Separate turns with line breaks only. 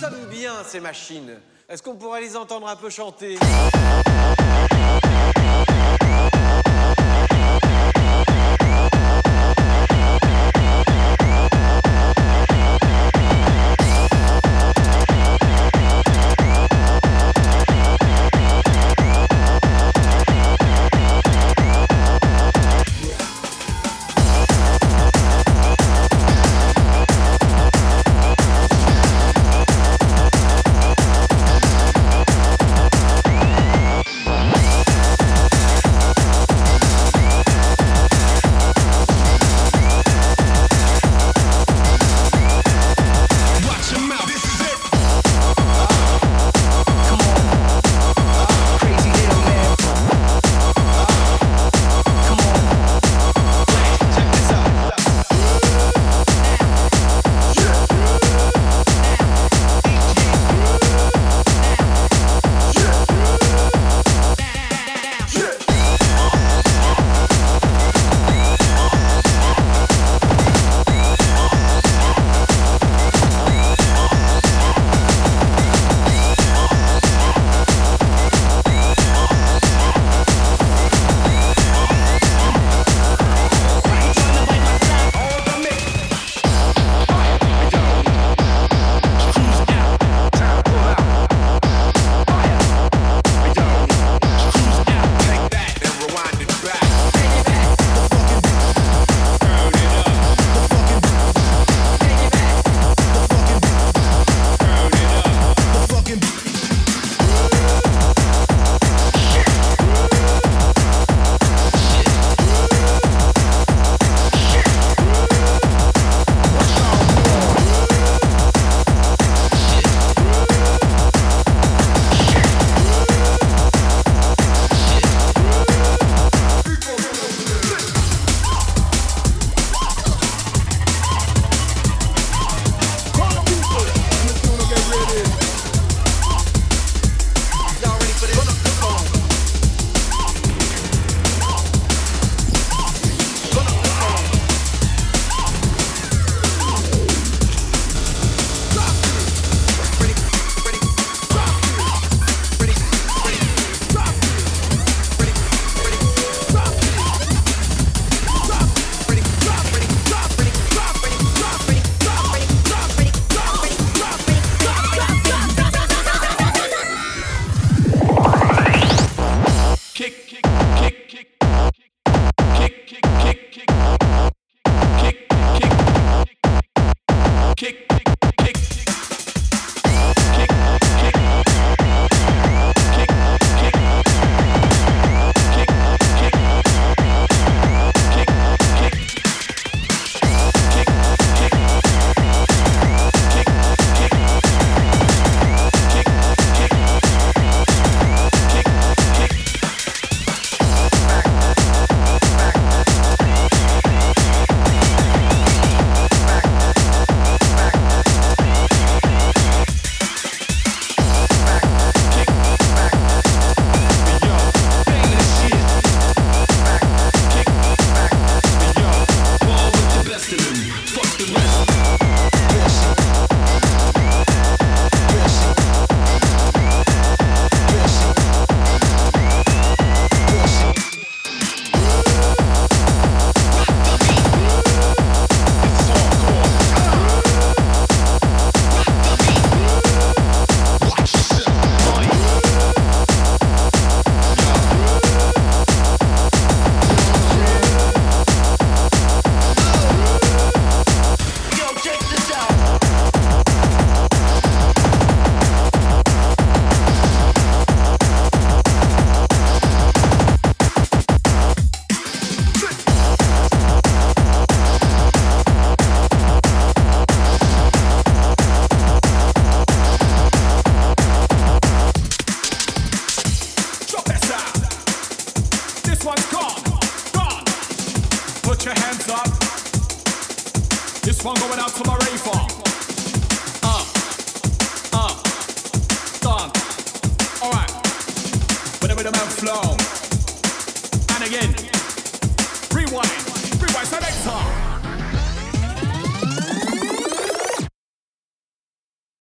sonnent bien, ces machines. Est-ce qu'on pourrait les entendre un peu chanter
Up, up, down. All right. Whatever the man flow.